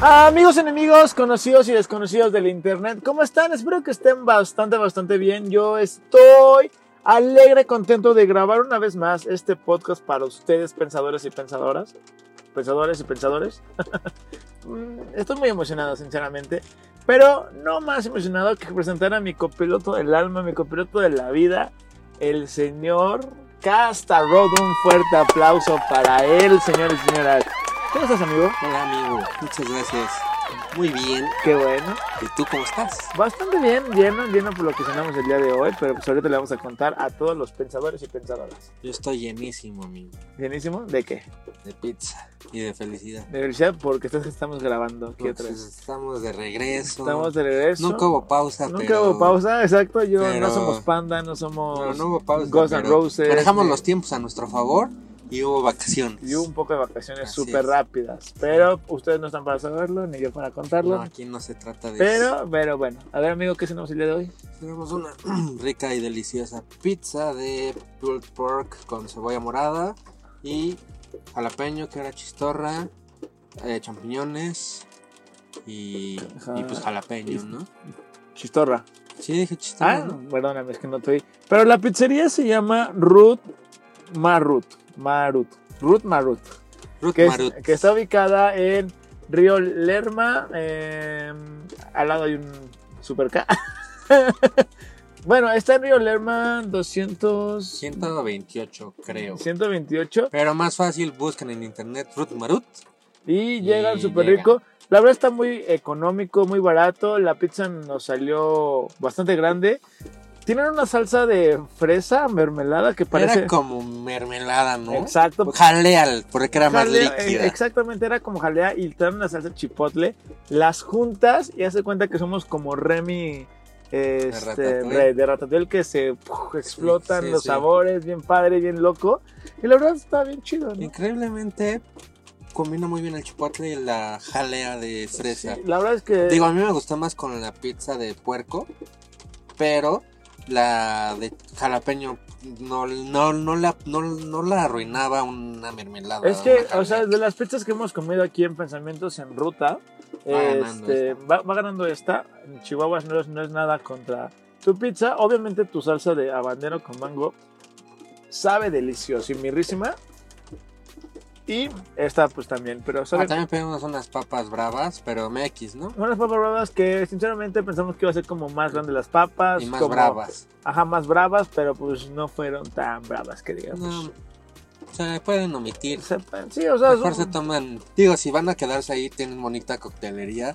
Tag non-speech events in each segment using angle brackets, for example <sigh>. Amigos, enemigos, conocidos y desconocidos del internet, ¿cómo están? Espero que estén bastante, bastante bien. Yo estoy alegre, contento de grabar una vez más este podcast para ustedes, pensadores y pensadoras. Pensadores y pensadores. <laughs> Mm, estoy muy emocionado, sinceramente. Pero no más emocionado que presentar a mi copiloto del alma, mi copiloto de la vida, el señor Castarod. Un fuerte aplauso para él, señores y señoras. ¿Cómo estás, amigo? Hola amigo, muchas gracias. Muy bien. Qué bueno. ¿Y tú cómo estás? Bastante bien, lleno, lleno por lo que cenamos el día de hoy, pero pues ahorita le vamos a contar a todos los pensadores y pensadoras. Yo estoy llenísimo, amigo, ¿Bienísimo? ¿De qué? de pizza y de felicidad. De felicidad porque estás- estamos grabando. ¿Qué otra vez? Entonces, estamos de regreso. Estamos de regreso. Nunca hubo pausa, Nunca pero... hubo pausa, exacto. Yo no pero- somos panda, no No, somos no hubo pausa. Guns N' pero Roses. Manejamos ni- los tiempos a nuestro favor y hubo vacaciones. Y hubo un poco de vacaciones Así súper es. rápidas. Pero ustedes no están para saberlo, ni yo para contarlo. No, aquí no se trata de eso. pero, pero bueno. A ver, amigo, ¿qué cenamos el día de hoy? Tenemos una <clears throat> rica y deliciosa pizza de pulled pork con cebolla morada y jalapeño, que era chistorra, eh, champiñones y, y pues jalapeño, ¿no? Chistorra. Sí, dije chistorra. Ah, ¿no? perdóname, es que no estoy. Pero la pizzería se llama Ruth Marut. Marut. Ruth Marut. Ruth Que, es- Marut. que está ubicada en Río Lerma. eh, al lado hay un Super K. <laughs> bueno, está en Río Lerma 200, 128, creo. 128. Pero más fácil, buscan en internet Ruth Marut. Y llega Y súper llega. rico. La verdad está muy económico, muy barato. La pizza nos salió bastante grande. Tienen una salsa de fresa mermelada que parece. Era como mermelada, ¿no? Exacto. Jaleal, porque era más Jalea, eh, líquida. Exactamente, era como jalea y traen una salsa chipotle, las juntas y hace cuenta que somos como Remy este, Ratatouille. re- de Ratatouille que se puf, explotan sí, los sí. sabores, bien padre, bien loco. Y la verdad está bien chido, ¿no? Increíblemente, combina muy bien el chipotle y la jalea de fresa. Sí, la verdad es que Digo, a mí me gustó más con la pizza de puerco, pero la de jalapeño no, no, no, la, no, no la arruinaba una mermelada. es que, una o sea, jalea. de las pizzas que hemos comido aquí en Pensamientos en Ruta, Va ganando este, va, va ganando esta. En Chihuahua no es, no es nada contra tu pizza. Obviamente tu salsa de habanero con mango sabe delicioso y mirrísima. Y esta pues también, pero Ah, sabe también pedimos unas papas bravas, pero MX, ¿no? unas papas bravas que sinceramente pensamos que iba a ser como más grande las papas. Y más como- bravas. Ajá, más bravas, pero pues no fueron tan bravas que digamos. No, se pueden omitir. Se- sí, o sea, Mejor son- se toman. Digo, si van a quedarse ahí, tienen bonita coctelería.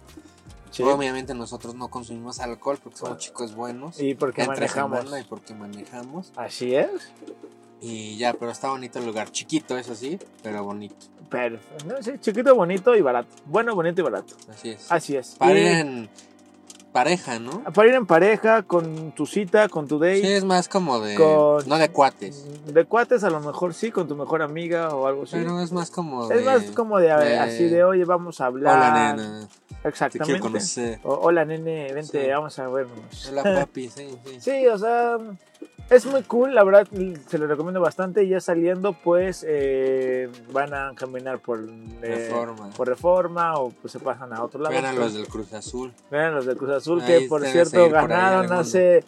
sí. Obviamente nosotros no consumimos alcohol porque somos chicos buenos. Y porque entre manejamos. semana y porque manejamos. Así es. Y ya, pero está bonito el lugar. Chiquito, eso sí, pero bonito. Pero, no sé, chiquito, bonito y barato. Bueno, bonito y barato. Así es. Así es. Para ir Y- en pareja, ¿no? para ir en pareja, con tu cita, con tu Sí, date. es más como de. Con- No de cuates. De cuates a lo mejor sí, con tu mejor amiga o algo así. Pero es más como de. es más como de, a ver, de- así de, oye, vamos a hablar. Hola, nena. Te quiero Exactamente. conocer. O, hola, nene, vente, Sí. vamos a vernos. <laughs> Hola, papi. Sí, sí. Sí, o sea, es muy cool, la verdad, se lo recomiendo bastante. Y ya saliendo, pues, eh, van a caminar por eh, Reforma. por Reforma o pues se pasan a otro lado. Vean a Pero- los del Cruz Azul. Vean los de Cruz Azul, Ahí que por debe cierto seguir por ahí ganaron alguno. hace,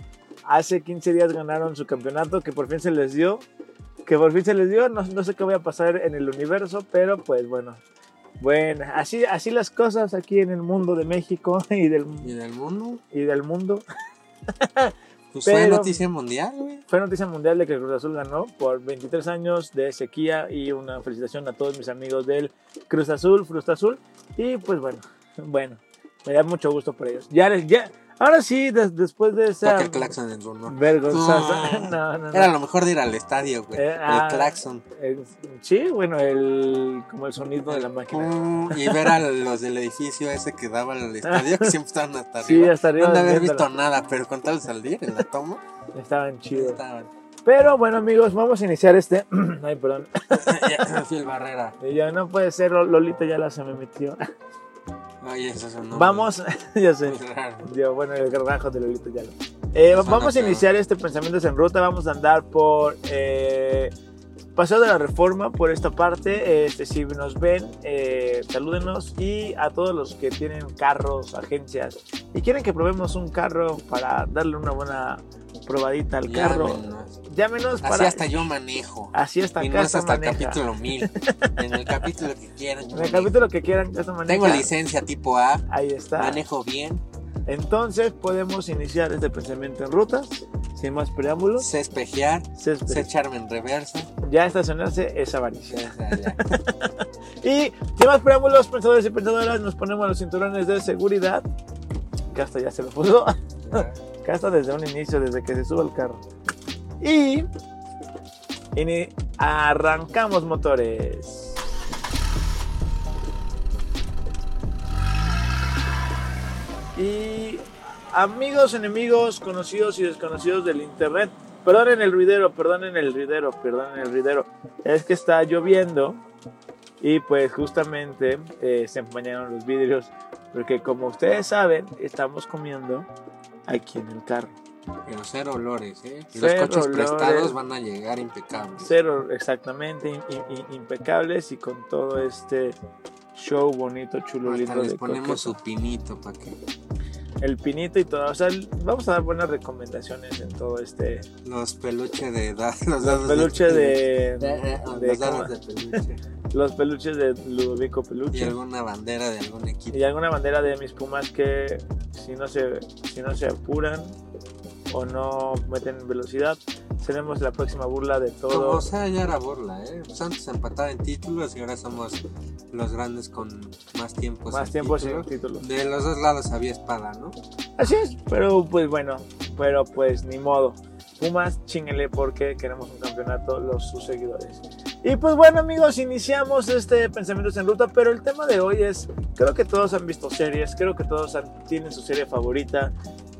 hace 15 días, ganaron su campeonato, que por fin se les dio. Que por fin se les dio, no, no sé qué voy a pasar en el universo, pero pues bueno. Bueno, así, así las cosas aquí en el mundo de México <laughs> y del, Y del mundo. y del mundo. Pues fue Pero- noticia mundial, güey. Fue noticia mundial de que el Cruz Azul ganó por 23 años de sequía y una felicitación a todos mis amigos del Cruz Azul, Cruz Azul. Y pues bueno, bueno, me da mucho gusto por ellos. Ya, les- ya, ahora sí, des- después de esa... Toca el claxon en su honor. Vergonzosa. No. <laughs> No, no, no. Era lo mejor de ir al estadio, güey. Eh, ah. el claxon. Eh, sí, bueno, el, como el sonido de la máquina. Mm, Y ver a los del edificio ese que daba <laughs> al estadio, que siempre estaban hasta Sí, arriba. hasta arriba No han de haber viéndolo. visto nada, pero con tal de salir en <laughs> la toma, Estaban chidos. estaban. Pero bueno, amigos, vamos a iniciar este. <clears throat> Ay, perdón. <laughs> Ya, Phil Barrera. Ya no puede ser, Lolita ya la se me metió. Oye, eso sonó vamos, <laughs> ya sé. muy- muy raro. Yo, bueno, el gargajo de Lolito ya lo- Eh, Suena vamos a feo. iniciar este Pensamientos en Ruta. Vamos a andar por eh, Paseo de la Reforma por esta parte. Este, si nos ven, eh, salúdenos. Y a todos los que tienen carros, agencias y quieren que probemos un carro para darle una buena probadita al carro, Llámenos. llámenos Así para. hasta yo manejo. Así hasta y no es casa hasta el maneja. capítulo <laughs> 1000. En el capítulo que quieran. yo En el manejo. capítulo que Ah. quieran, casa maneja. Tengo licencia tipo A. Ahí está. Manejo bien. Entonces podemos iniciar este pensamiento en rutas, sin más preámbulos. Sé espejear. Césped. Sé echarme en reversa. Ya estacionarse es avaricia. ya, ya, ya. Y sin más preámbulos, pensadores y pensadoras, nos ponemos los cinturones de seguridad. Que hasta ya se lo puso. Que hasta desde un inicio, desde que se sube el carro. Y, ini- arrancamos motores. Y amigos, enemigos, conocidos y desconocidos del internet, perdonen el ruidero, perdonen el ruidero, perdonen el ruidero. Es que está lloviendo y pues justamente eh, se empañaron los vidrios porque como ustedes saben, estamos comiendo aquí en el carro. Pero cero olores, ¿eh? Los Cero coches olores. prestados van a llegar impecables. Cero, exactamente, im- im- impecables y con todo este show bonito, chulo, Hasta lindo. les de ponemos coqueto. su pinito para que El pinito y todo. O sea, l- vamos a dar buenas recomendaciones en todo este los peluches de edad, <laughs> los dados peluche de de... Eh, eh, de- los ¿cómo? dados de peluche Los peluches de Ludovico y Peluche. alguna bandera de algún equipo. Y alguna bandera de mis pumas que si no se, si no se apuran o no meten velocidad, seremos la próxima burla de Como todos. sea, ya era burla, ¿eh? Pues antes empataba en títulos y ahora somos los grandes con más tiempos. Más en tiempo sin títulos. título. De los dos lados había espada, ¿no? Así es, pero pues bueno, pero pues ni modo. Pumas, chingale porque queremos un campeonato los sus seguidores. Y pues bueno amigos, iniciamos este Pensamientos en Ruta, pero el tema de hoy es, creo que todos han visto series, creo que todos han- tienen su serie favorita,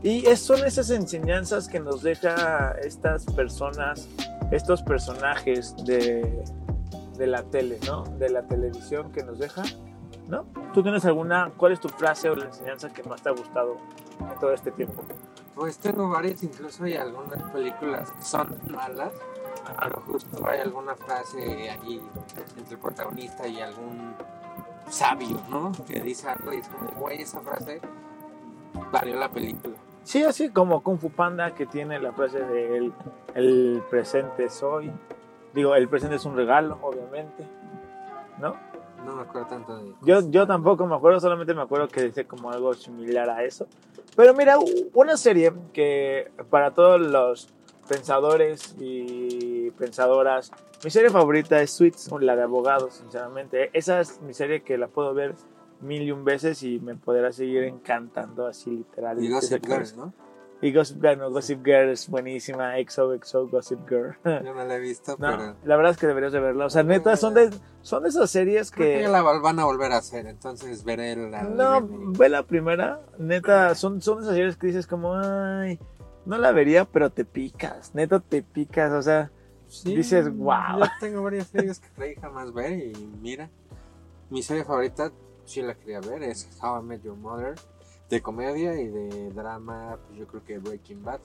y es- son esas enseñanzas que nos deja estas personas, estos personajes de, de la tele, ¿no? De la televisión que nos deja, ¿no? ¿Tú tienes alguna, cuál es tu frase o la enseñanza que más te ha gustado en todo este tiempo? Pues tengo varias, incluso hay algunas películas que son malas. A lo justo hay alguna frase allí entre el protagonista y algún sabio, ¿no? Que dice algo y es como, güey, esa frase valió la película. Sí, así como Kung Fu Panda que tiene la frase de el, el presente soy. Digo, el presente es un regalo, obviamente. ¿No? No me acuerdo tanto de. Yo, yo tampoco me acuerdo, solamente me acuerdo que dice como algo similar a eso. Pero mira, u- una serie que para todos los pensadores y pensadoras, mi serie favorita es Suits, o la de abogados, sinceramente. Esa es mi serie que la puedo ver mil y un veces y me podrá seguir encantando así literal. Y Gossip Esa- Girl, ¿no? y Gossip Girl, no, Gossip Girl es buenísima, XOXO Gossip Girl. <laughs> Yo no la he visto, No, pero. la verdad es que deberías de verla. O sea, neta, son de, son de esas series Creo que que... ya la va- van a volver a hacer, entonces veré la. No, remake. ve la primera, neta, son, son de esas series que dices como, ay, no la vería, pero te picas, neta te picas, o sea, Sí, dices, "Guau". Yo tengo varias series que creí jamás ver y mira. Mi serie favorita, sí la quería ver, es How I Met Your Mother. De comedia y de drama, pues yo creo que Breaking Bad.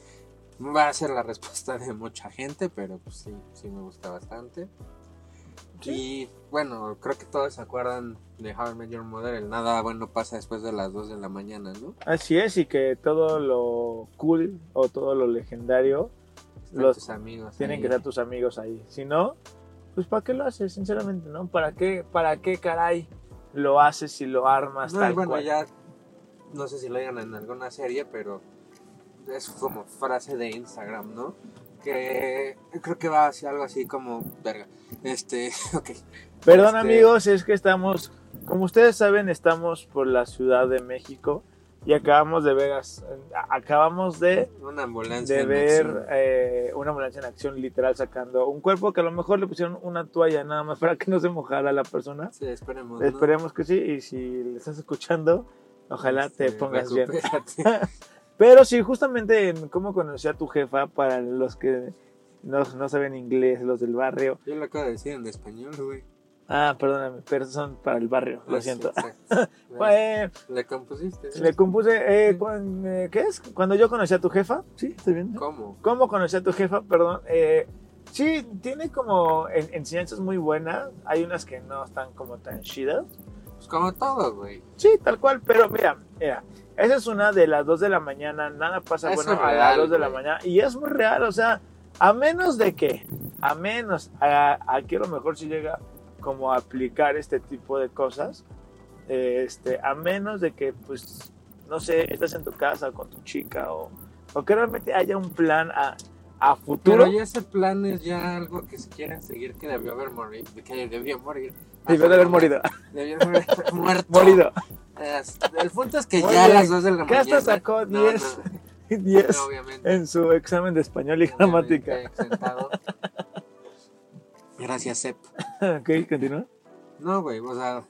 Va a ser la respuesta de mucha gente, pero pues sí, sí me gusta bastante. Y bueno, creo que todos se acuerdan de How I Met Your Mother, el nada bueno pasa después de las 2 de la mañana, ¿no? así es, y que todo lo cool o todo lo legendario Están Los- tus amigos. tienen ahí. que ser tus amigos ahí, si no, pues ¿para qué lo haces, sinceramente, no? ¿Para qué, para qué caray lo haces y lo armas No, y tal bueno, cual? ya no sé si lo digan en alguna serie, pero es como frase de Instagram, ¿no? Que creo que va hacia algo así como, verga, este, <laughs> ok, Perdón Este- amigos, es que estamos, como ustedes saben, estamos por la Ciudad de México y acabamos de ver, as- a- acabamos de una ambulancia. de en ver acción. eh, una ambulancia en acción literal sacando un cuerpo que a lo mejor le pusieron una toalla nada más para que no se mojara la persona. Sí, esperemos. ¿no? Esperemos que sí y si le estás escuchando, ojalá te Este, pongas bien. recupérate. <laughs> Pero sí, justamente en cómo conocí a tu jefa, para los que no, no saben inglés, los del barrio. Yo lo acabo de decir en español, güey. Ah, perdóname, pero son para el barrio, lo siento. Sí, <laughs> sí. Eh, Le compusiste. le compuse, eh, cuan- eh, ¿qué es? Cuando yo conocí a tu jefa, sí, estoy bien. ¿Cómo? ¿Cómo conocí a tu jefa? Perdón. eh, Sí, tiene como en- enseñanzas muy buenas. Hay unas que no están como tan chidas. Pues como todo, güey. Sí, tal cual, pero mira, mira, esa es una de las 2 de la mañana, nada pasa Eso bueno es a las real, 2 de la güey. mañana, y es muy real, o sea, a menos de que, a menos, a, aquí a lo mejor si llega como a aplicar este tipo de cosas, eh, este, a menos de que, pues, no sé, estás en tu casa con tu chica o, o que realmente haya un plan a, a futuro, Pero ya ese plan es ya algo que si quieren seguir que debió haber morido. Que debió morir. debió de haber <laughs> morido, <laughs> Debió haber muerto. morido, <laughs> Eh, El punto es que Oye, ya a las 2 de la ¿qué mañana. hasta sacó No, 10? no, no, 10 obviamente. en su examen de español y gramática. <laughs> obviamente, exentado. Gracias, Sep. Ok, continúa. No, güey, o sea,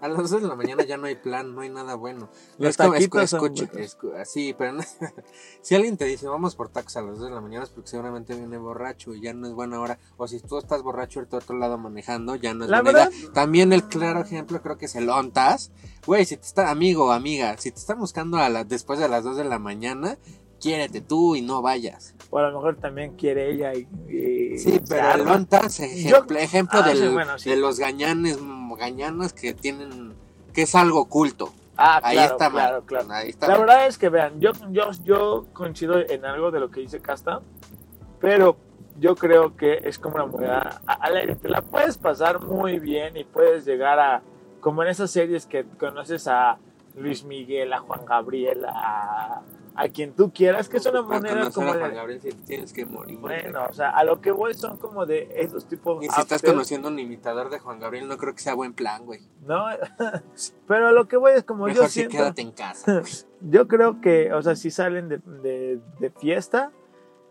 a las 2 de la mañana ya no hay plan, no hay nada bueno. Los Es como, taquitos escu- son escucha, buenos. escu- sí, pero no- <laughs> si alguien te dice vamos por tacos a las 2 de la mañana es porque seguramente viene borracho y ya no es buena hora. O si tú estás borracho irte a otro lado manejando, ya no es La buena idea. verdad- También el claro ejemplo creo que es el ONTAS. Güey, si te está, amigo o amiga, si te están buscando a la, después de las 2 de la mañana, quiérete tú y no vayas. O a lo mejor también quiere ella y. y- Sí, pero Ya, el ¿no? ONTAS, ejemplo, ejemplo Ah, sí, del- bueno, sí. de los gañanes, mm, gañanas que tienen, que es algo oculto. Ah, Ahí claro, está mal. claro, claro. Ahí está La mal. verdad es que vean, yo, yo, yo coincido en algo de lo que dice Casta, pero yo creo que es como una moneda a- alegre. Te la puedes pasar muy bien y puedes llegar a. Como en esas series que conoces a Luis Miguel, a Juan Gabriel, a, a quien tú quieras, que es una Para moneda conocer como. a Juan de- Gabriel, si tienes que morir. bueno, ah, o sea, a lo que voy son como de esos tipos. Y si estás afters. conociendo a un imitador de Juan Gabriel, no creo que sea buen plan, güey. No, <laughs> pero a lo que voy es como Mejor yo sí siento, quédate <laughs> en casa. yo creo que, o sea, si salen de, de- de fiesta,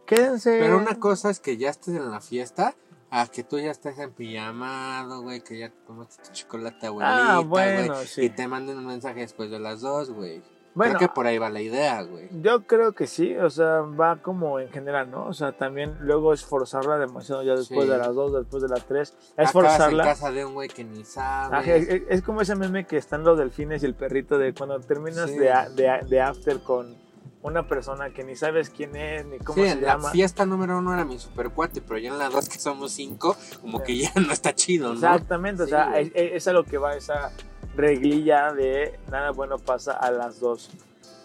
quédense. Pero una cosa es que ya estés en la fiesta, a que tú ya estés en pijamado, güey, que ya tomaste tu chocolate abuelita, Ah, güey. bueno, Y sí. te manden un mensaje después de las dos, güey. Bueno, creo que por ahí va la idea, güey. yo creo que sí, o sea, va como en general, ¿no? O sea, también luego esforzarla demasiado ya después Sí. de las dos, después de las tres, Acabas en esforzarla. casa de un güey que ni Ajá, Ah, Es, sabe. es- es como ese meme que están los delfines y el perrito de cuando terminas Sí. de, a- de a- de after con una persona que ni sabes quién es ni cómo Sí, se en la llama. fiesta número uno era mi super cuate, pero ya en la dos que somos cinco, como que ya no está chido, ¿no? Exactamente, o Sí, sea, güey. es, es- es a lo que va esa reglilla de nada bueno pasa a las 2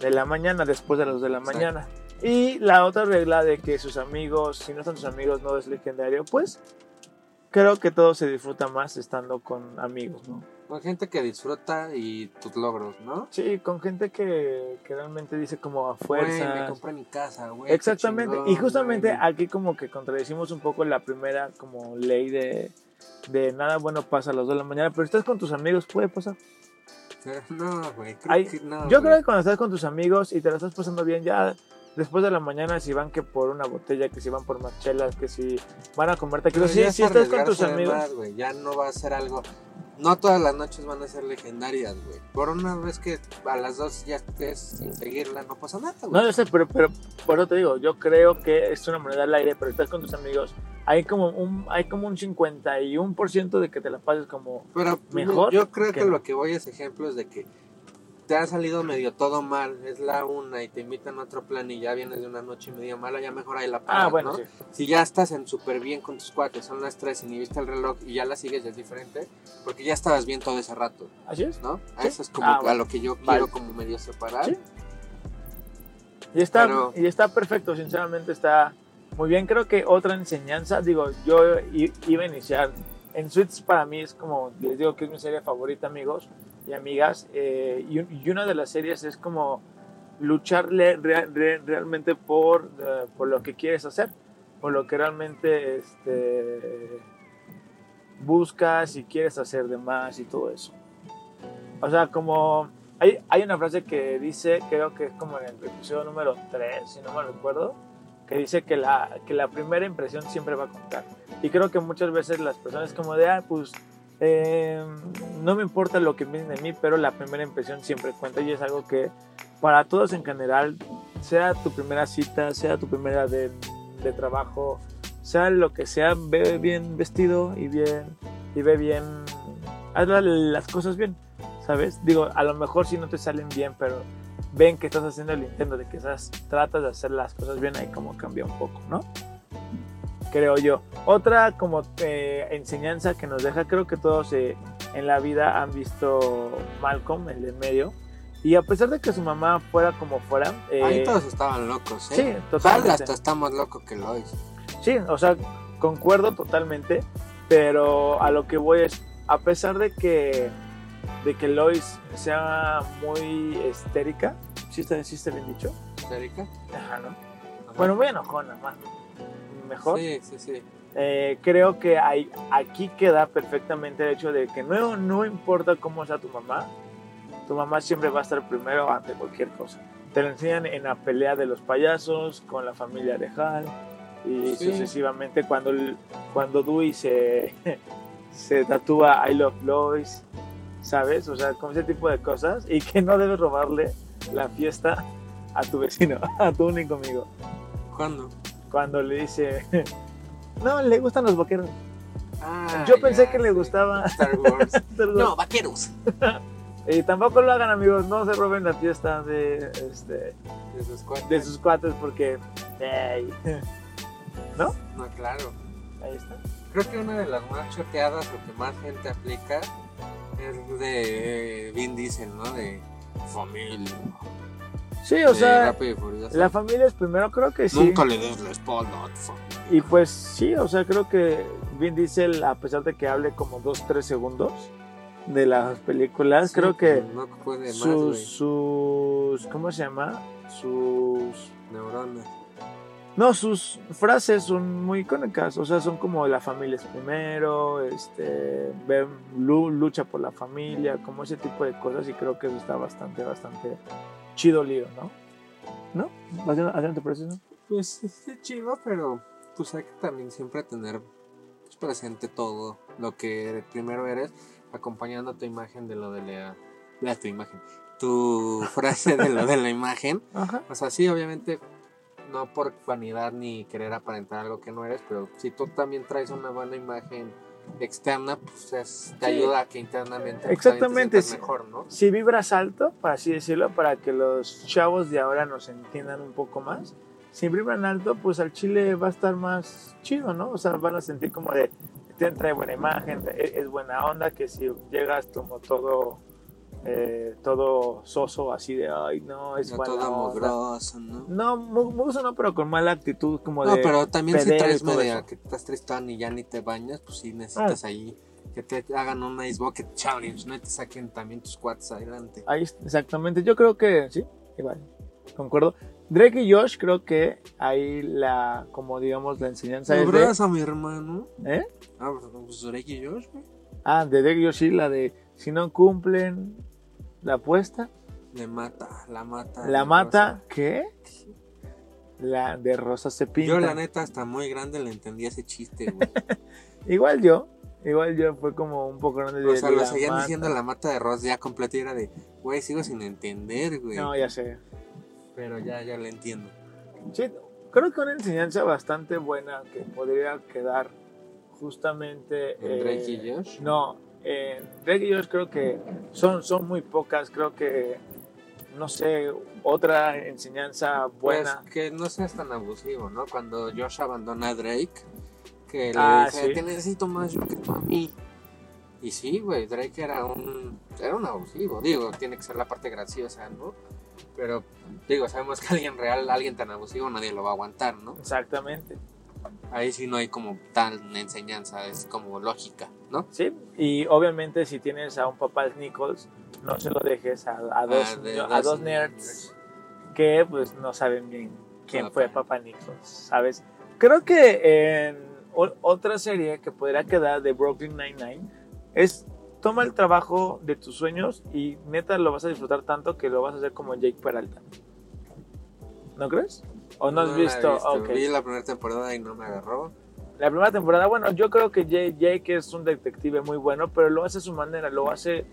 de la mañana, después de las 2 de la Exacto. mañana. Y la otra regla de que sus amigos, si no están sus amigos, no es legendario, pues creo que todo se disfruta más estando con amigos, ¿no? Con Pues, gente que disfruta y tus logros, ¿no? Sí, con gente que, que realmente dice como a Güey, fuerza. me compré mi casa, güey. qué Exactamente, chingón, y justamente güey. aquí como que contradecimos un poco la primera como ley de, de nada bueno pasa a las 2 de la mañana, pero estás con tus amigos, puede pasar. Pero no, güey, creo Ay, que no. Yo güey. creo que cuando estás con tus amigos y te la estás pasando bien, ya después de la mañana, si van que por una botella, que si van por más chelas, que si van a comer Pero taquitos, ya si, es si estás con tus arriesgarse de amigos. más, güey, ya no va a ser algo. No todas las noches van a ser legendarias, güey. Por una vez que a las dos ya estés sin seguirla, no pasa nada, No, güey. yo sé, pero, pero por eso te digo, yo creo que es una moneda al aire, pero estás con tus amigos, hay como un, hay como un 51% de que te la pases como... Pero Mejor yo creo que que, no. lo que voy es ejemplos de que te ha salido medio todo mal, es la una y te invitan a otro plan y ya vienes de una noche medio mala, ya mejor ahí la paras, Ah, bueno, ¿no? sí. Si ya estás en súper bien con tus cuates, son las 3 y ni viste el reloj y ya la sigues, ya es diferente, porque ya estabas bien todo ese rato, Así es. ¿no? A Sí. eso es como Ah, bueno. a lo que yo Vale. quiero como medio separar. Sí. Y está, Pero- y está perfecto, sinceramente está muy bien. Creo que otra enseñanza, digo, yo i- iba a iniciar. En Suits para mí es como, les digo que es mi serie favorita, amigos y amigas. eh, y, un- y una de las series es como lucharle rea- re- realmente por, eh, por lo que quieres hacer, por lo que realmente este, buscas y quieres hacer de más y todo eso. O sea, como hay, hay una frase que dice, creo que es como en el episodio número 3, si no me recuerdo, que dice que la, que la primera impresión siempre va a contar. Y creo que muchas veces las personas como de, ah, pues eh, no me importa lo que piensen de mí, pero la primera impresión siempre cuenta y es algo que para todos en general, sea tu primera cita, sea tu primera de, de trabajo, sea lo que sea, ve bien vestido y bien, y ve bien, haz la- las cosas bien. ¿sabes? Digo, a lo mejor si no te salen bien, pero ven que estás haciendo el intento de que estás, tratas de hacer las cosas bien, ahí como cambia un poco, ¿no? creo yo. Otra como eh, enseñanza que nos deja, creo que todos eh, en la vida han visto Malcolm, el de medio. Y a pesar de que su mamá fuera como fuera... eh, Ahí todos estaban locos, sí, ¿eh? Hal totalmente. hasta está más loco que Lois. Sí, o sea, concuerdo totalmente, pero a lo que voy es, a pesar de que, de que Lois sea muy estérica, ¿sí está, sí está bien dicho? ¿Histérica? Ajá, ¿no? Ajá. Bueno, muy enojona, más. Mejor. Sí, sí, sí. Eh, creo que hay, aquí queda perfectamente el hecho de que no, no importa cómo sea tu mamá, tu mamá siempre va a estar primero ante cualquier cosa. Te lo enseñan en la pelea de los payasos, con la familia de Hal, y Sí. sucesivamente cuando, el- cuando Dewey se, <laughs> se tatúa I Love Lois, ¿sabes? O sea, con ese tipo de cosas, y que no debes robarle la fiesta a tu vecino, <laughs> a tu único amigo ¿Cuándo? cuando le dice, <laughs> no, le gustan los vaqueros. Ah, Yo pensé ya, que le sí. <laughs> gustaba. Star Wars. <laughs> no, vaqueros. Y tampoco lo hagan amigos, no se roben la fiesta de, este, De sus cuates. de sus cuates porque... ey, No, claro. ahí está. Creo que una de las más choteadas o que más gente aplica es de eh, Vin Diesel, ¿no? De familia. Sí, o de sea, Rápido y Furioso. la familia es primero, creo que sí. Nunca le des la espalda a tu familia. Y pues sí, o sea, creo que Vin Diesel, a pesar de que hable como 2-3 segundos de las películas, Sí, creo que No puede más, sus, güey. sus... ¿Cómo se llama? Sus... Neuronas. No, sus frases son muy icónicas, o sea, son como la familia es primero, este, ve- lu- lucha por la familia, como ese tipo de cosas y creo que eso está bastante, bastante chido lío, ¿no? ¿No? ¿Vas a- adelante, por eso, ¿no? Pues es chido, pero pues hay que también siempre tener pues, presente todo lo que er, primero eres, acompañando tu imagen de lo de la, la- tu imagen, tu <laughs> frase de lo de la imagen. Ajá. O sea, sí, obviamente no por vanidad ni querer aparentar algo que no eres, pero si tú también traes una buena imagen externa, pues es- te Sí. ayuda a que internamente pues, también Exactamente, te sí. sientas mejor, ¿no? Si vibras alto, para así decirlo, para que los chavos de ahora nos entiendan un poco más, si vibran alto, pues al chile va a estar más chido, ¿no? O sea, van a sentir como de, te trae buena imagen, es, es buena onda, que si llegas como todo, eh, todo soso, así de, ay, no, es No buena todo onda". mugroso, ¿no? No, mu- mugroso no, pero con mala actitud, como No, de... pero también si pedero y traes todo media eso. que estás tristón y ya ni te bañas, pues sí necesitas ahí que te hagan un Ice Bucket Challenge, no Y te saquen también tus cuates adelante. Ahí está, exactamente. Yo creo que sí, igual, concuerdo. Drake y Josh creo que ahí la, como digamos, la enseñanza es de... ¿Sabrás a mi hermano? ¿Eh? Ah, pues, pues Drake y Josh, güey. Ah, de Drake y Josh, sí, la de si no cumplen la apuesta, Le mata, la mata. la Ah, de mata, ¿qué? La de rosa se rosa. pinta. Yo, la neta, hasta muy grande le entendí ese <laughs> chiste, güey. Igual yo, igual yo fue como un poco grande de O sea, lo la seguían mata. diciendo la mata de Ross ya completa y era de, güey, sigo sin entender, güey. No, ya sé. Pero ya, ya lo entiendo. Sí, creo que una enseñanza bastante buena que podría quedar justamente... ¿En eh, Drake y Josh? No, eh, Drake y Josh creo que son, son muy pocas, creo que, no sé, otra enseñanza Pues buena. que no seas tan abusivo, ¿no? Cuando Josh abandona a Drake, que le Ah, dice, sí. te necesito más yo que tú a mí. Y sí, güey, Drake era un, era un abusivo. Digo, tiene que ser la parte graciosa, ¿no? Pero, digo, sabemos que alguien real, alguien tan abusivo, nadie lo va a aguantar, ¿no? Exactamente. Ahí sí no hay como tal enseñanza, es como lógica, ¿no? Sí, y obviamente si tienes a un papá Nichols, no se lo dejes a, a dos, Ah, de niño- a dos nerds que pues no saben bien quién Papá. fue papá Nichols, ¿sabes? Creo que en o- otra serie que podría quedar de Brooklyn Nine-Nine es toma el trabajo de tus sueños y neta lo vas a disfrutar tanto que lo vas a hacer como Jake Peralta. ¿No crees? ¿O no has la he visto? Ok. Vi la primera temporada y no me agarró. La primera temporada, bueno, yo creo que Jake, Jake es un detective muy bueno, pero lo hace a su manera, lo hace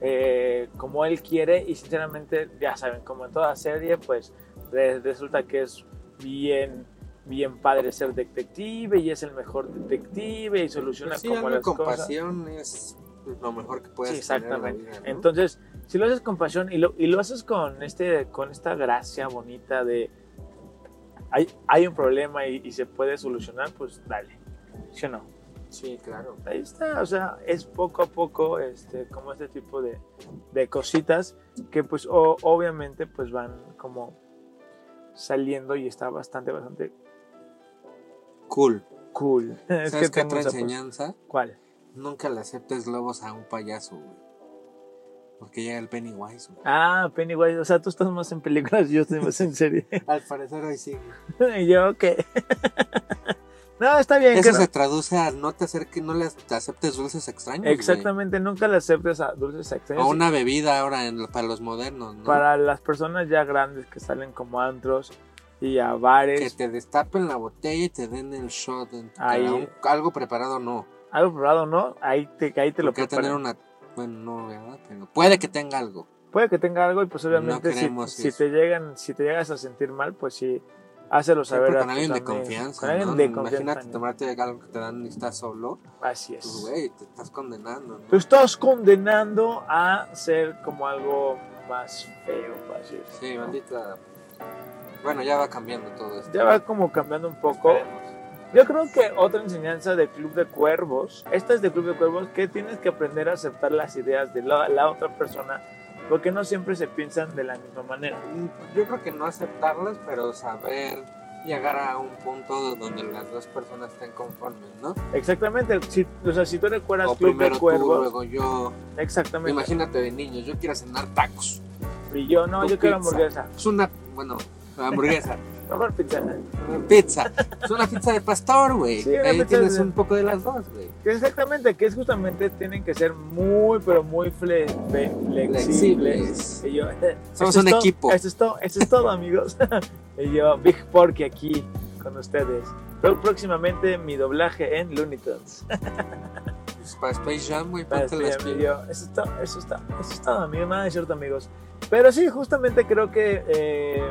eh, como él quiere y sinceramente, ya saben, como en toda serie, pues re- resulta que es bien, bien padre ser detective y es el mejor detective y soluciona Pues Sí, como algo las con cosas. pasión es lo mejor que puedes Sí, tener exactamente. en la vida, ¿no? Entonces, si lo haces con pasión y lo, y lo haces con, este, con esta gracia bonita de hay, hay un problema y, y se puede solucionar, pues dale. ¿Sí o no? Sí, claro. Ahí está, o sea, es poco a poco este, como este tipo de, de cositas que pues o- obviamente pues van como saliendo y está bastante, bastante Cool. cool. <laughs> Es ¿Sabes qué tengo otra esa pos- enseñanza? ¿Cuál? Nunca le aceptes globos a un payaso, güey. Porque llega el Pennywise, güey. Ah, Pennywise, o sea, tú estás más en películas y yo estoy más en serie. <laughs> <laughs> Al parecer hoy sí. güey. y yo, ¿qué? <laughs> no, está bien. Eso que- se traduce a no te acerques, no le te aceptes dulces extraños. güey. Exactamente, nunca le aceptes a dulces extraños. O una bebida ahora en- para los modernos, ¿no? Para las personas ya grandes que salen como antros y a que bares, te destapen la botella y te den el shot. en tu cara. Ahí. Un- algo preparado no. algo probado, ¿no? Ahí te, ahí te lo Porque va a preparan. tener una. Bueno, no, ¿verdad? Pero puede que tenga algo. Puede que tenga algo y pues obviamente No si- queremos si, eso. te llegan, si te llegas a sentir mal, pues sí, hácelo Sí, saber Pues, pero a con tus alguien de amigos, confianza. con alguien ¿no? de confianza. Imagínate tomarte algo que te dan y estás solo. Así es. Pues, güey, te estás condenando. ¿no? Te estás condenando a ser como algo más feo, para decir. Sí, maldita. Bueno, ya va cambiando todo esto. Ya va como cambiando un poco. Esperemos. Yo creo que otra enseñanza de Club de Cuervos, esta es de Club de Cuervos, que tienes que aprender a aceptar las ideas de la, la otra persona, porque no siempre se piensan de la misma manera. Yo creo que no aceptarlas, pero saber llegar a un punto donde las dos personas estén conformes, ¿no? Exactamente, si, o sea, si tú recuerdas O Club de primero tú, Cuervos, luego yo. exactamente. Imagínate de niños, yo quiero cenar tacos. Y yo, no, tu yo quiero pizza. hamburguesa. Es una, bueno, hamburguesa, <laughs> Mejor pizza. una pizza. Es una pizza de pastor, güey. Sí, una Ahí pizza tienes de- un poco de las dos, güey. Que Exactamente, que es justamente tienen que ser muy, pero muy fle- fe- flexibles. Flexibles. Y yo, <laughs> Somos "Eso un es todo, equipo". Eso es todo, eso es todo, amigos. <laughs> y yo, Big Porky aquí con ustedes. Pero próximamente mi doblaje en Looney Tunes. Pues para Space Jam, güey, ponte <laughs> las Y pilas. yo, eso es todo, eso es todo, eso es todo, amigos. Nada de cierto, amigos. Pero sí, justamente creo que eh,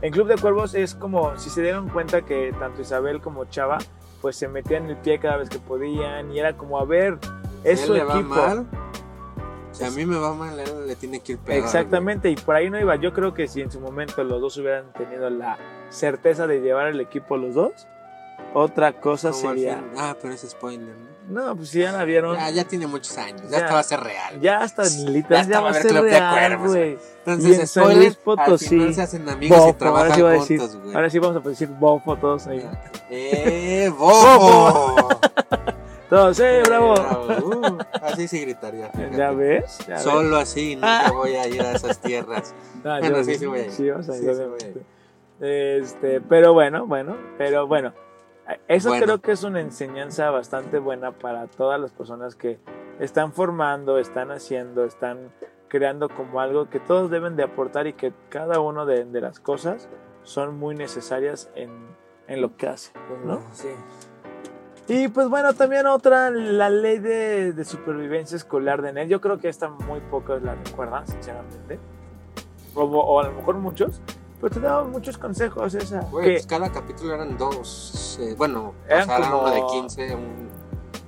en Club de Cuervos es como si se dieron cuenta que tanto Isabel como Chava pues se metían el pie cada vez que podían y era como a ver es Si a su él le va equipo. mal, si a mí me va mal, él le tiene que ir peor. Exactamente, y por ahí no iba. Yo creo que si en su momento los dos hubieran tenido la certeza de llevar el equipo los dos, otra cosa güey. Como al sería. fin- Ah, pero es spoiler, ¿no? No, pues si ya la vieron, Ya, ya tiene muchos años, ya, Ya. esta va a ser real. ya hasta Ya literal hasta ya va va a a haber ser club de real, cuervos, güey. Y en Entonces, San spoiler, Luis Potosí. al final se hacen amigos y Bofo, ahora trabajan sí iba a decir. juntos, güey. Ahora sí vamos a decir bofo todos ahí. ¡Eh, bobo! Todos, <laughs> eh, bravo. Uh, así se gritaría. fíjate. ¿Ya Ah. ves? ¿Ya ves? Solo así nunca voy a ir a esas tierras. No, Bueno, yo- sí, sí voy a ir. sí, vas a ir, Sí, sí voy a obviamente. Este, pero bueno, bueno, pero bueno. Eso Bueno. creo que es una enseñanza bastante buena para todas las personas que están formando, están haciendo, están creando como algo que todos deben de aportar y que cada uno de, de las cosas son muy necesarias en, en lo que hacen, ¿no? Sí. Y pues bueno, también otra, la ley de, de supervivencia escolar de NET. Yo creo que esta muy pocos la recuerdan, sinceramente. O, o a lo mejor muchos. Pero te daban muchos consejos esa. Güey, que pues cada capítulo eran dos. eh, bueno, Eran pasaron como- uno de 15, un-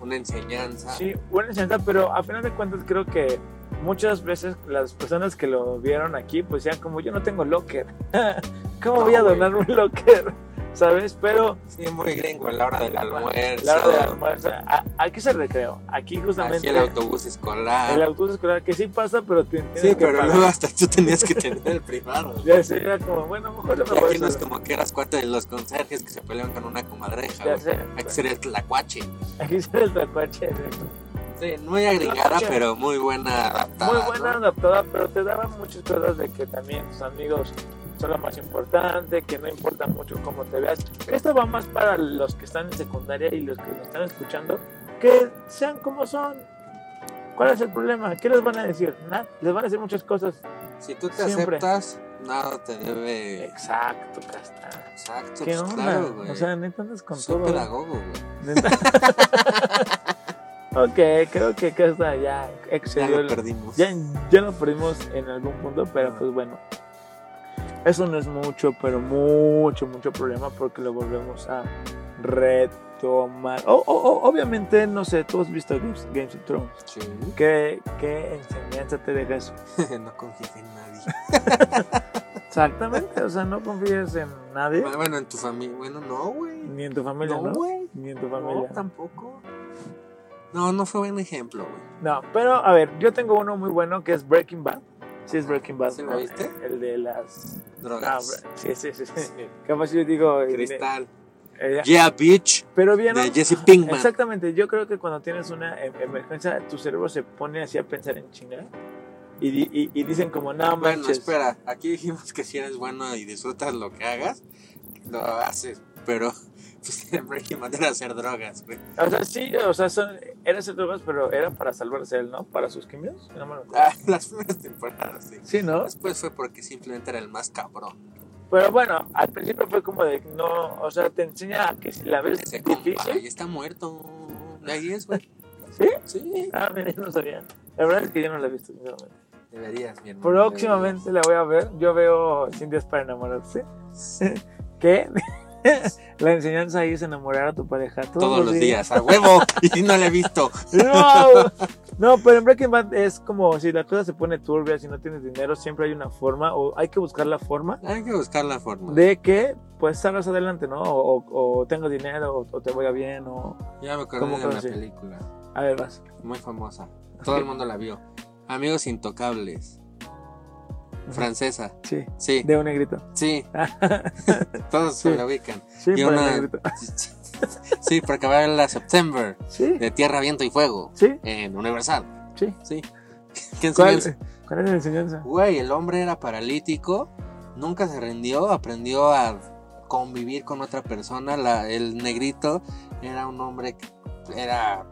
una enseñanza. sí, buena enseñanza, pero a final de cuentas creo que muchas veces las personas que lo vieron aquí, pues decían como yo no tengo locker. <laughs> ¿Cómo No, voy a güey. donar un locker? <laughs> ¿Sabes? Pero Sí, muy gringo, a la hora del almuerzo. la hora del almuerzo, a- aquí se recreo. Aquí Aquí justamente el autobús escolar. el autobús escolar que sí pasa, pero te- tienes Sí, que pero pagar. luego hasta tú tenías que tener el privado. <laughs> Ya pues, sé, era como, bueno, mejor yo me Y voy aquí no es solo. como que eras cuate de los conserjes que se pelean con una comadreja. Ya güey. sé. pues. Aquí sería el tlacuache. Aquí se el tlacuache. Sí, muy agregada, Tlacuache. pero muy buena adaptada. Muy ¿no? buena adaptada, pero te daban muchas cosas de que también tus amigos son lo más importante, que no importa mucho cómo te veas. Esto va más para los que están en secundaria y los que lo están escuchando, que sean como son. ¿Cuál es el problema? ¿Qué les van a decir? Nada, les van a decir muchas cosas. Si tú te Siempre. aceptas, nada te debe. Exacto, Casta. Exacto, ¿Qué pues, onda? claro, güey. o sea, neta andas con Soy todo. ¿eh? pedagogo, güey. Neta. <laughs> ok, creo que Casta ya Ya excedió lo el, perdimos. ya, ya lo perdimos en algún punto, pero pues bueno. Eso no es mucho, pero mucho, mucho problema porque lo volvemos a retomar. O- o- o- obviamente, no sé, tú has visto Games, Games of Thrones. Sí. <laughs> ¿Qué, qué enseñanza te deja eso? no confíes en nadie. Exactamente, o sea, no confíes en nadie, Bueno, bueno, en tu familia. Bueno, no, güey. ni en tu familia, No, ¿no? güey. Ni en tu No, familia. No, tampoco. No, no fue buen ejemplo, güey. pero a ver, yo tengo uno muy bueno que es Breaking Bad. Sí, es Breaking Bad. ¿Sí Ah, ¿no? lo viste? El de las. Ah, Drogas. sí, sí, sí, sí. Capaz yo digo. <laughs> <laughs> Cristal. eh, Yeah, bitch. pero bien, De Jesse Pinkman. Exactamente, yo creo que cuando tienes una em- emergencia, tu cerebro se pone así a pensar en China y, di- y- y dicen como, no Bueno, manches. espera, aquí dijimos que si eres bueno y disfrutas lo que hagas, lo haces, pero <laughs> pues siempre hay que mandar a hacer drogas, güey. <laughs> O sea, sí, o sea, son, eran esas drogas, pero era para salvarse él, ¿no? Para sus quimios. No me lo acuerdo. Ah, las primeras temporadas, sí. Sí, ¿no? Después fue porque simplemente era el más cabrón. Pero bueno, al principio fue como de, no, o sea, te enseña a que si la ves Ese compa, difícil. ahí está muerto. Ahí es, güey. ¿Sí? Sí. Ah, <laughs> mira, yo no sabía. La verdad es que yo no la he visto. sinceramente. Deberías, mi hermano. Próximamente la voy a ver. Yo veo Sin Días para enamorarse. <laughs> ¿Qué? <laughs> la enseñanza ahí es enamorar a tu pareja todos, Todos los días, a <laughs> huevo. Y no le he visto. No, no, pero en Breaking Bad es como si la cosa se pone turbia, si no tienes dinero, siempre hay una forma, o hay que buscar la forma Hay que buscar la forma. de que pues salgas adelante, ¿no? O, o, o tengas dinero, o, o te vaya bien, o... Ya ¿Cómo me acordé de una conocí? película. A ver, vas. muy famosa. Todo el mundo la vio. Amigos Intocables. Francesa. Sí, Sí, de un negrito. <laughs> sí, todos Sí. se la ubican. Sí, Y por el una- negrito. Sí, para acabar la September <laughs> Sí, de Tierra, Viento y Fuego sí, en Universal. sí. Sí. ¿Qué ¿Cuál, enseñanza? cuál es la enseñanza? Güey, el hombre era paralítico, nunca se rindió, aprendió a convivir con otra persona. La- el negrito era un hombre que era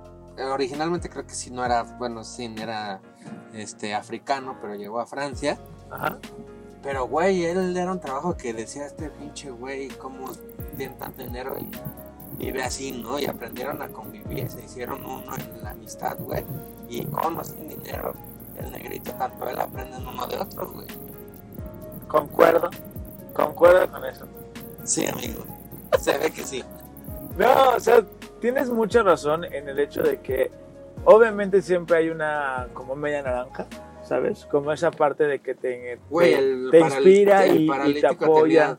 originalmente creo que si no era, bueno, sí, era este africano, pero llegó a Francia. Ajá. Pero güey, él era un trabajo que decía este pinche güey cómo tiene tanto dinero y vive así, ¿no? Y aprendieron a convivir, se hicieron uno en la amistad, güey. Y con o sin dinero, el negrito tanto él aprenden uno de otro, güey. Concuerdo, concuerdo con eso. Sí, amigo. Se ve que sí. No, o sea, tienes mucha razón en el hecho de que obviamente siempre hay una como media naranja, ¿sabes? Como esa parte de que te... Güey, te- el, Te paral- inspira y- y te apoya.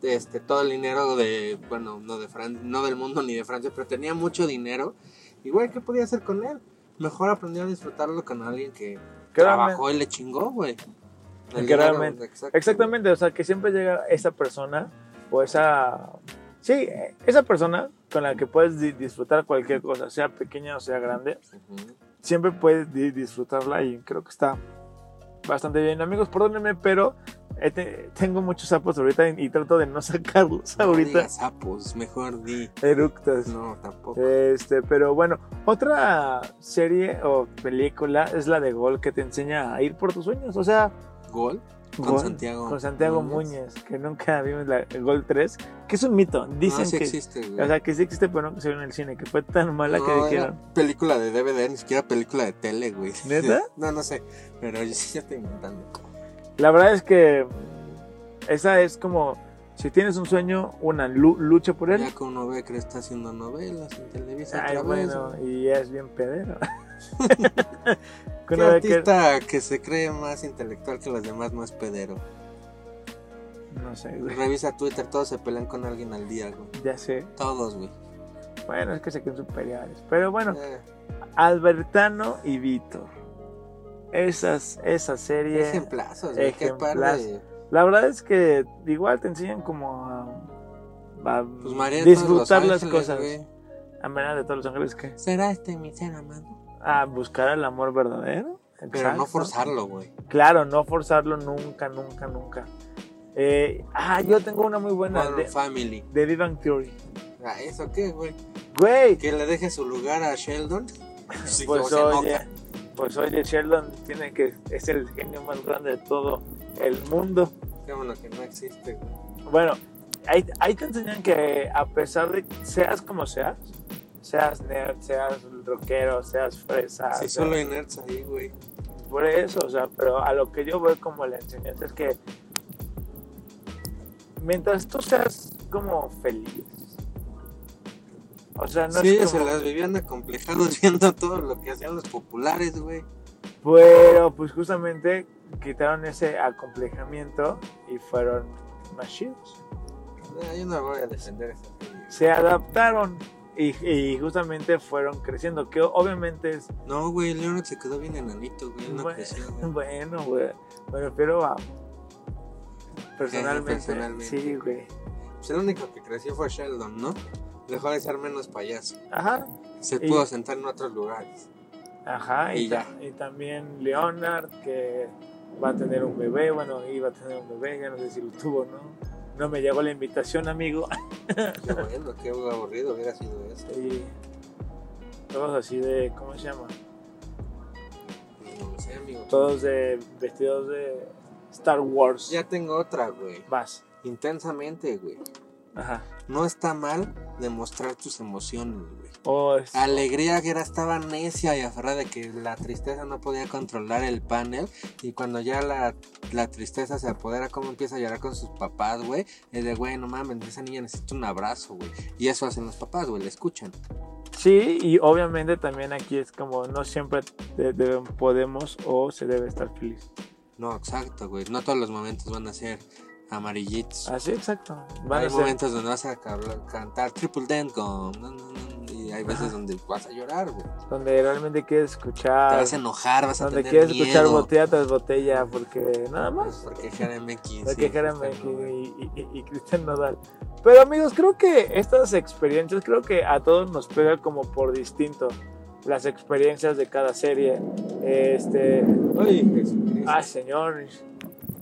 tenía este, todo el dinero de, bueno, no, de Fran- no del mundo ni de Francia, pero tenía mucho dinero. Y güey, ¿qué podía hacer con él? Mejor aprendió a disfrutarlo con alguien que que realmente- trabajó y le chingó, güey. El Que dinero, realmente- exacto. Exactamente, o sea, que siempre llega esa persona o esa... Sí, eh, esa persona con la que puedes di- disfrutar cualquier cosa, sea pequeña o sea grande, Ujú. siempre puedes di- disfrutarla y creo que está bastante bien. Amigos, perdónenme, pero he te- tengo muchos sapos ahorita y, y trato de no <laughs> sacarlos No ahorita. digas sapos, mejor di. Eructas. No, tampoco. Este, pero bueno, otra serie o película es la de Gol que te enseña a ir por tus sueños. O sea, Gol con Gol, Santiago. con Santiago Muñez, que nunca vimos la el Gol 3, que es un mito. Dicen no, Ah, sí que, existe, güey. o sea, que sí existe, pero no se vio en el cine, que fue tan mala No, que era dijeron. película de DVD, ni siquiera película de tele, güey. ¿Neta? <laughs> no, no sé. Pero yo sí ya estoy inventando. La verdad es que esa es como, si tienes un sueño, una lu- lucha por él. Ya que uno ve que está haciendo novelas en televisión. Ay, otra bueno, y es bien pedero. <laughs> Que vez. ¿Qué una vez que- artista que... se cree más intelectual que los demás más pedero? No sé, güey, Revisa Twitter, todos se pelean con alguien al día, güey. ya sé. Todos, güey. Bueno, es que se creen superiores. Pero bueno, Eh, Albertano y Víctor. Esas, esa serie. Ejemplazos, güey. Qué par Ejemplazo. de- La verdad es que igual te enseñan como a, a Pues María de todos disfrutar los las Ángeles, cosas. güey. A manera de todos los ángeles que ¿Será este mi ser amado? a buscar el amor verdadero. Pero no Exacto. forzarlo, güey. Claro, no forzarlo nunca, nunca, nunca. Eh, ah, yo tengo una muy buena Modern de, Family. de Big Bang Theory. Ah, ¿Eso qué, güey? Güey, ¿Que le deje su lugar a Sheldon? Sí, como pues se oye, enoja. pues oye, Sheldon tiene que es el genio más grande de todo el mundo. Qué bueno que no existe, güey. Bueno, ahí, ahí te enseñan que a pesar de que seas como seas, seas nerd, seas rockero, seas fresa, Si seas- solo hay nerds ahí, güey. por eso, o sea, pero a lo que yo veo como la enseñanza es que mientras tú seas como feliz, o sea, no sí, es se como- Ah, <laughs> las vivían acomplejados viendo todo lo que hacían los populares, güey. Pero pues justamente quitaron ese acomplejamiento y fueron más chidos. Eh, yo no voy a defender esa serie. Se adaptaron y, y justamente fueron creciendo, que obviamente es No, güey, Leonard se quedó bien enanito, güey. No Bueno, <laughs> creció, güey. bueno, güey. Me refiero a personalmente. personalmente. Sí, güey. <laughs> Pues el único que creció fue Sheldon, ¿no? Dejó de ser menos payaso. Ajá. Se Y- pudo sentar en otros lugares. Ajá, y, Y ya. ta- y también Leonard, que va a tener un bebé, bueno, iba a tener un bebé, ya no sé si lo tuvo o no. No me llegó la invitación, amigo. <laughs> Qué bueno, qué aburrido hubiera sido eso. Y todos así de, ¿cómo se llama? No sé, amigo. Todos de vestidos de Star Wars. Ya tengo otra, güey. Vas. Intensamente, güey. Ajá. No está mal demostrar tus emociones, güey. O es- Ah. Alegría que era estaba necia y aferrada de que la tristeza no podía controlar el panel. Y cuando ya la, la tristeza se apodera, como empieza a llorar con sus papás, güey. Es de, güey, no mames, esa niña necesita un abrazo, güey. Y eso hacen los papás, güey, le escuchan. Sí, y obviamente también aquí es como no siempre de- deben- podemos o se debe estar feliz. No, exacto, güey. No todos los momentos van a ser amarillitos. Así, exacto. Ah, Van Hay a ser- momentos donde vas a ca- cantar Triple Dent con. no, no, no, Y hay veces donde vas a llorar, güey. donde realmente quieres Te escuchar. vas a enojar, vas a Ah, Donde tener quieres miedo. escuchar botella tras botella, porque nada más. Porque Jeremy 15. Pues, Porque Jeremy y, y- y- y Cristian Nodal. Pero amigos, creo que estas experiencias, creo que a todos nos pega como por distinto las experiencias de cada serie. Este, ay señores,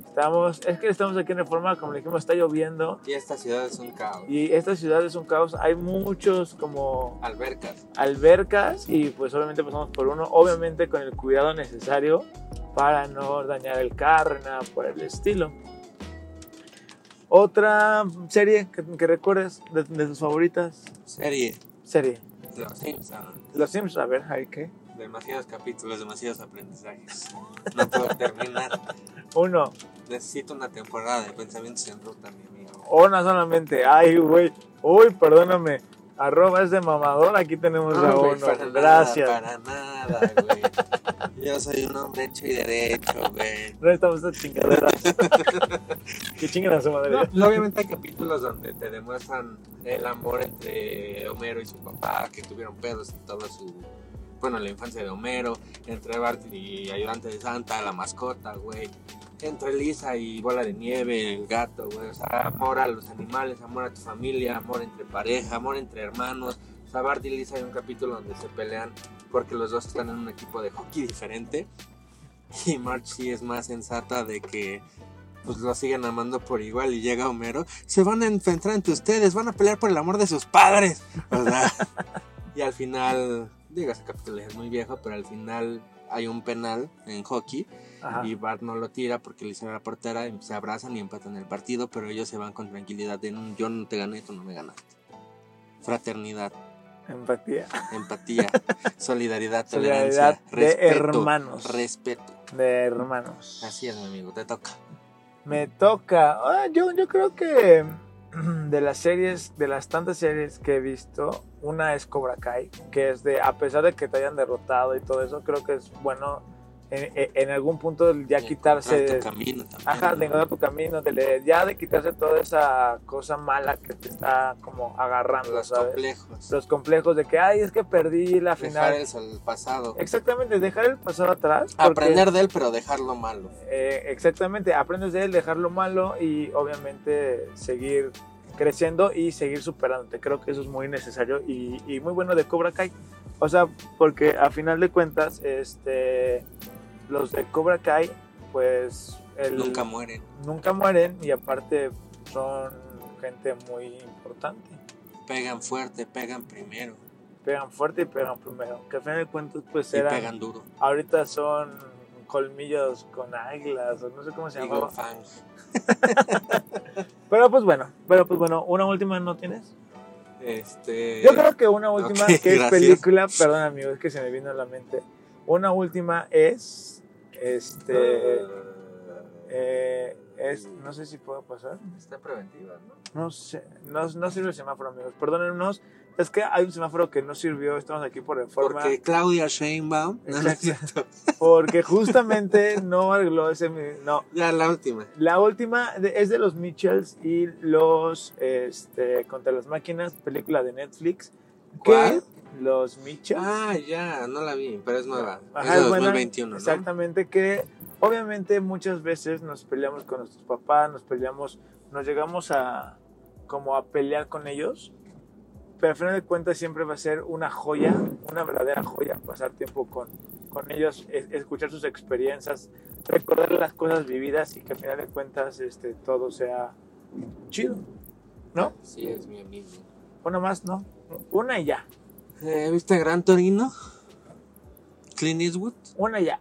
estamos, es que estamos aquí en Reforma, como le dijimos, está lloviendo Y esta ciudad es un caos. y esta ciudad es un caos. Hay muchos como Albercas. albercas y pues obviamente pasamos por uno, obviamente con el cuidado necesario para no dañar el carro, nada por el estilo. Otra serie que, que recuerdes de, de tus favoritas, Serie. serie. Los Simpsons. Los Sims, a ver, hay que. Demasiados capítulos, demasiados aprendizajes. No puedo terminar. Uno, Necesito una temporada de pensamientos en ruta, mi amigo. o una solamente. Ay, güey. Uy, perdóname. Arroba es de mamador, aquí tenemos a güey, uno. para nada, Gracias. para nada, güey. Yo soy un hombre hecho y derecho, güey. No estamos estas chingaderas. <laughs> que chingan a su madre. No, pues, obviamente hay capítulos donde te demuestran el amor entre Homero y su papá, que tuvieron pedos en toda su. Bueno, la infancia de Homero, entre Bart y ayudante de Santa, la mascota, güey. Entre Lisa y Bola de Nieve, el gato, güey. O sea, amor a los animales, amor a tu familia, amor entre pareja, amor entre hermanos. O sea, Bart y Lisa hay un capítulo donde se pelean porque los dos están en un equipo de hockey diferente. Y Marge sí es más sensata de que pues lo siguen amando por igual y llega Homero, se van a enfrentar entre ustedes, van a pelear por el amor de sus padres. O <laughs> sea, y al final, digo, ese capítulo es muy viejo, pero al final hay un penal en hockey Ajá. y Bart no lo tira porque le hicieron la portera, y se abrazan y empatan el partido, pero ellos se van con tranquilidad de "Mm, yo no te gané, tú no me ganaste. Fraternidad, Empatía. <laughs> empatía, solidaridad, tolerancia, Solidaridad de respeto, hermanos. respeto. de hermanos. Así es, mi amigo, te toca. Me toca. Ah, yo, yo creo que <clears throat> de las series, de las tantas series que he visto, una es Cobra Kai, que es de, a pesar de que te hayan derrotado y todo eso, creo que es bueno en, en- en algún punto ya Encontrar quitarse... tu camino también, Ajá, ¿no? de encontrar tu camino, de le- ya de quitarse toda esa cosa mala que te está como agarrando, los ¿sabes? complejos. Los complejos de que, ay, es que perdí la Dejar final. el, el pasado. Exactamente, dejar el pasado atrás. porque- Aprender de él, pero dejarlo malo. Eh, exactamente, aprendes de él, dejar lo malo y obviamente seguir creciendo y seguir superándote. Creo que eso es muy necesario y, y muy bueno de Cobra Kai. O sea, porque a final de cuentas, este, los de Cobra Kai, pues el- Nunca mueren. nunca mueren y aparte son gente muy importante. Pegan fuerte, pegan primero. Pegan fuerte y pegan primero. Que a final de cuentas, pues Y eran, pegan duro. ahorita son colmillos con águilas o no sé cómo se Y llamaba. con fang. Pero pues bueno, pero pues bueno, una última no tienes. Este. Yo creo que una última ok, que es gracias. película, perdón amigos, es que se me vino a la mente. Una última es este eh, eh, Es, no sé si puedo pasar. Está preventiva, ¿no? No sé. No, no sirve el semáforo, amigos. Perdónennos. Es que hay un semáforo que no sirvió. Estamos aquí por reforma. Porque Claudia Sheinbaum. Eh. No, no es Exacto. cierto. Porque justamente no arregló ese. mi- No. Ya la última. La última de- es de los Mitchells y los este, Contra las Máquinas, película de Netflix. que ¿Cuál? Los Mitchells. Ah, ya, no la vi, pero es nueva. Ajá, es de es buena. 2021, ¿no? Exactamente, que obviamente muchas veces nos peleamos con nuestros papás, nos peleamos, nos llegamos a como a pelear con ellos, pero al final de cuentas siempre va a ser una joya, una verdadera joya pasar tiempo con, con ellos, es- escuchar sus experiencias, recordar las cosas vividas y que al final de cuentas este, todo sea chido. Sí, es mi amigo. Una más, ¿no? Una y ya, Eh, ¿Viste Gran Torino? Clint Eastwood. una y ya.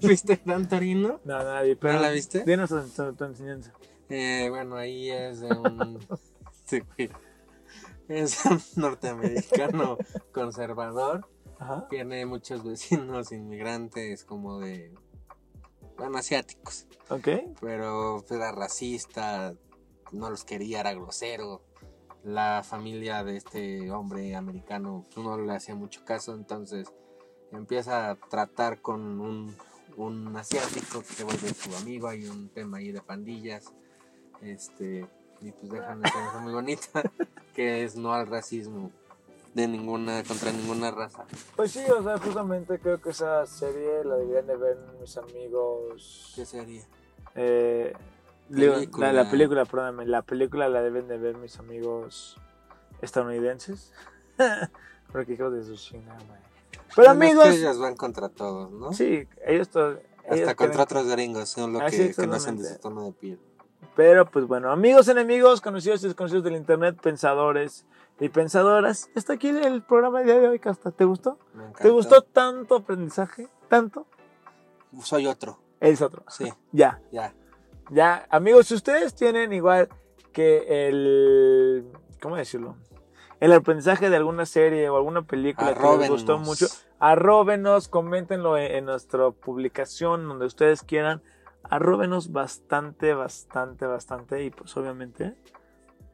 ¿Viste Gran Torino? No, nadie, pero... <laughs> ¿No la viste? Dinos tu, tu- tu enseñanza. Eh, bueno, ahí es de un. Sí, güey. Es un norteamericano conservador. Ajá. Tiene muchos vecinos inmigrantes, como de. Bueno, asiáticos. ¿Ok? pero pues, era racista, no los quería, era grosero. La familia de este hombre americano pues, no le hacía mucho caso, entonces empieza a tratar con un, un asiático que se vuelve su amigo, hay un tema ahí de pandillas, este, y pues dejan una cosa muy bonita, que es no al racismo de ninguna, contra ninguna raza. Pues sí, o sea, justamente creo que esa serie la deberían de ver mis amigos. ¿Qué sería? Eh, digo, Película. La, la película, perdóname, la película la deben de ver mis amigos estadounidenses. <laughs> Porque hijos de su chingada madre. Pero Bueno, es que amigos, ellos van contra todos, ¿no? sí, ellos todos. Hasta contra otros gringos, son lo Este, Así que es, conocen de totalmente. su tono de piel. Pero pues bueno, amigos, enemigos, conocidos y desconocidos del internet, pensadores y pensadoras. Está aquí el programa del día de hoy, Casta. ¿Te gustó? Me encantó. ¿Te gustó tanto aprendizaje? ¿Tanto? Soy otro, Es otro. sí, Ya. ya. Ya, amigos, si ustedes tienen igual que el. ¿Cómo decirlo? El aprendizaje de alguna serie o alguna película que les Arróbenos. gustó mucho, arróbenos, coméntenlo en, en nuestra publicación, donde ustedes quieran. Arróbenos bastante, bastante, bastante. Y pues obviamente,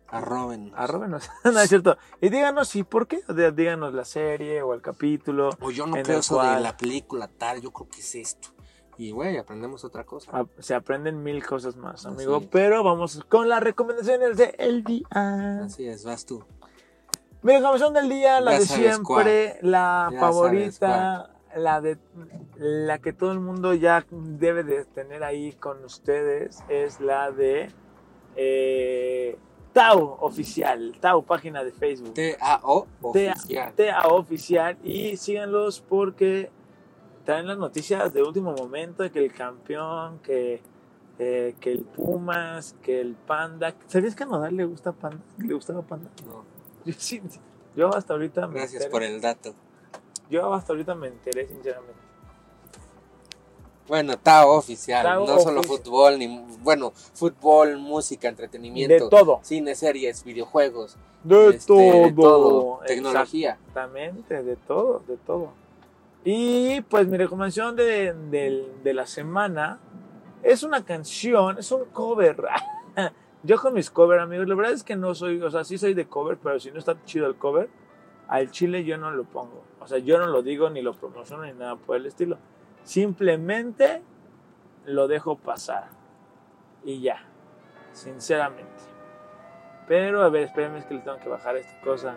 Arroben. arróbenos. <laughs> no es cierto. Y díganos, ¿y por qué? O sea, Díganos la serie o el capítulo. O yo no en creo el eso de cual- la película tal, yo creo que es esto. Y güey, aprendemos otra cosa. A- Se aprenden mil cosas más, Así amigo. es. Pero vamos con las recomendaciones de el día. Así es, vas tú. Mi recomendación del día, la Ya de sabes siempre, la Ya favorita, la de la que todo el mundo ya debe de tener ahí con ustedes, es la de eh, Tau Oficial, Tau página de Facebook. T-A-O T- oficial. TAO Oficial y síganlos porque traen las noticias de último momento, que el campeón, que, eh, que el Pumas, que el Panda. ¿Sabías que a Nodal le gusta Panda? ¿Le gustaba Panda? No, Yo, <laughs> sí- yo hasta ahorita me gracias enteré. por el dato. Yo hasta ahorita me enteré, sinceramente. Bueno, Tao oficial, Tao no solo ofici- fútbol, ni bueno, fútbol, música, entretenimiento, De todo. cine, series, videojuegos, De este, de todo, tecnología. Exactamente, de todo, de todo. Y pues mi recomendación de, del- de la semana es una canción, es un cover. <laughs> Yo con mis covers, amigos, la verdad es que no soy, o sea, sí soy de cover, pero si no está chido el cover, al chile yo no lo pongo. O sea, yo no lo digo ni lo promociono ni nada por el estilo. Simplemente lo dejo pasar. Y ya, sinceramente. Pero, a ver, espérenme, es que le tengo que bajar esta cosa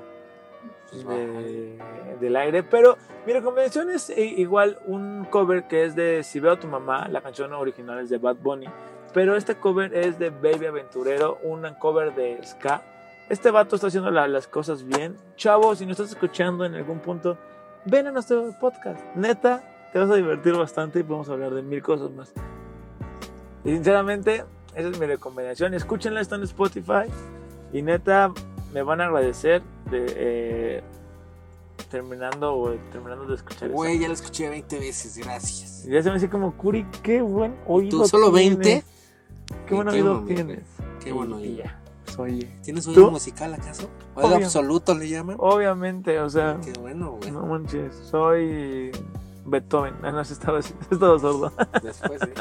Pues, de- del aire. Pero mi recomendación es eh, igual un cover que es de Si veo a tu mamá, la canción original es de Bad Bunny. Pero este cover es de Baby Aventurero, un cover de Ska. Este vato está haciendo la- las cosas bien. Chavo, si no estás escuchando en algún punto, ven a nuestro podcast. Neta, te vas a divertir bastante y podemos hablar de mil cosas más. Y sinceramente, esa es mi recomendación. Escúchenla, está en Spotify. Y neta, me van a agradecer de, eh, terminando o terminando de escuchar eso. Güey, ya lo escuché 20 veces, gracias. Ya se me hace como, Curi, qué buen oído. ¿Tú solo tienes. 20? Qué buen ¿En oído momento? tienes. Qué bueno. Y- y ya, pues, oye. ¿Tienes ¿Tú? oído musical acaso? ¿Oído Obvio. absoluto le llaman? Obviamente, o sea, Qué bueno, güey. no manches, <laughs> soy Beethoven. Ah, No, sí estaba, sí estaba sordo. <laughs> Después, ¿eh?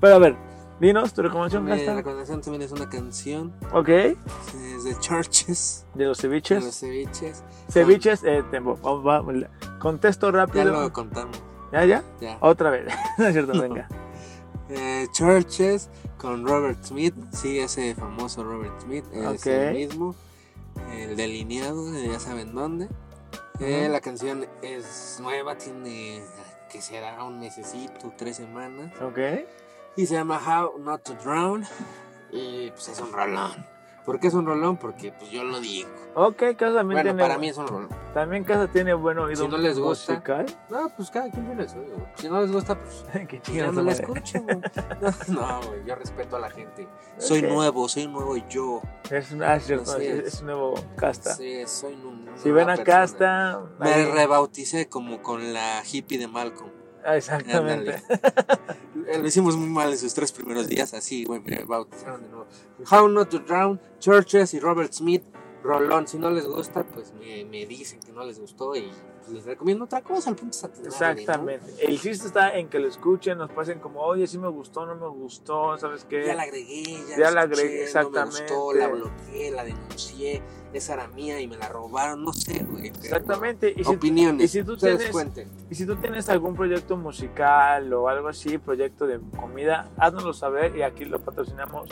Pero a ver, dinos tu recomendación. Mi Gastón. recomendación también es una canción. Ok, Es de Churches. de los De los ceviches. ceviches. Ceviches, eh, te- va- va- contesto Ya lo rápido. contamos. ¿Ya, ya? Ya. Otra vez. <laughs> no es cierto, venga. Eh, Churches con Robert Smith. Sí, ese famoso Robert Smith. Es Ok. el mismo. El delineado, de ya saben dónde. Eh, Ujú. La canción es nueva, tiene ah, que será un mesecito, tres semanas. Ok. Y se llama How Not to Drown. Y pues es un rolón. ¿Por qué es un rolón? Porque pues yo lo digo. Ok, Casa también Bueno, tiene. para mí es un rolón. También Casa tiene buen oído Si no les gusta. musical. <laughs> No, pues cada quien tiene su. güey. Si no les gusta, pues Qué ya chingada no la madre. escuchen. güey. <laughs> No, no, güey, yo respeto a la gente. Soy Ok. nuevo, soy nuevo yo. Es un, ah, es cierto, Así es- es. es un nuevo Casta. Sí, soy un, si ven a Casta Casta. Me ahí- rebauticé como con la hippie de Malcolm. ah, Exactamente. Ándale. Lo hicimos muy mal en sus tres primeros días, así, güey, me bautizaron de nuevo. How Not to Drown, Churches y Robert Smith, Rolón. Si no les gusta, pues me, me dicen que no les gustó y pues, les recomiendo otra cosa, al punto es atinarle, <laughs> ¿no? Exactamente. El chiste está en que lo escuchen, nos pasen como, oye, sí me gustó, no me gustó, ¿sabes qué? Ya la agregué, ya, Ya la la agregué, agregué, exactamente. No me gustó, la exactamente. bloqueé, la denuncié, esa era mía y me la robaron, no sé, güey. pero, Exactamente. Y si, Opiniones. y si tú ustedes tienes- cuenten. y si tú tienes algún proyecto musical o algo así, proyecto de comida, haznoslo saber y aquí lo patrocinamos.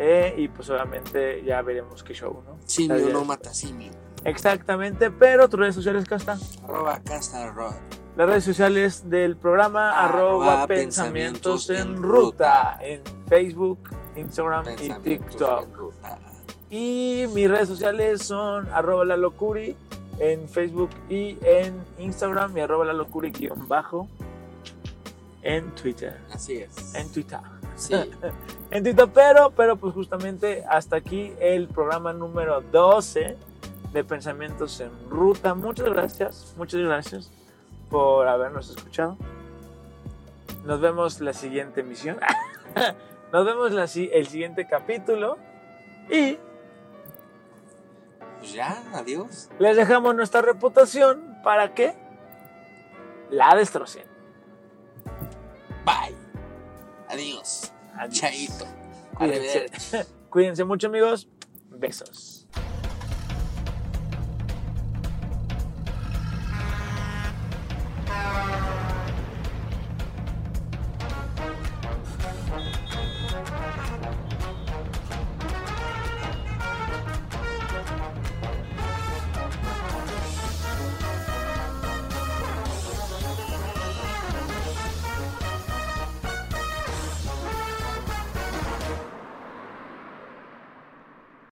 eh, y pues obviamente ya veremos qué show, ¿no? Está Simio bien. no mata simio. Exactamente, pero tus redes sociales, Casta. Arroba casa, arroba Las redes sociales del programa Arroba arroba pensamientos, Pensamientos en en ruta en Facebook, Instagram y pensamientos TikTok. en ruta. Y mis redes sociales son arroba la locuri en Facebook y en Instagram y arroba la locuri guión bajo en Twitter. Así es. En Twitter. Sí. En Twitter, pero, pero pues justamente hasta aquí el programa número 12 de Pensamientos en Ruta. Muchas gracias, muchas gracias por habernos escuchado. Nos vemos la siguiente emisión. <laughs> Nos vemos la si- el siguiente capítulo. Y Pues ya, adiós. les dejamos nuestra reputación para que la destrocen. Bye. Adiós. Adiós. Chaito. Cuídense. Arrivederci. <laughs> Cuídense mucho amigos. Besos.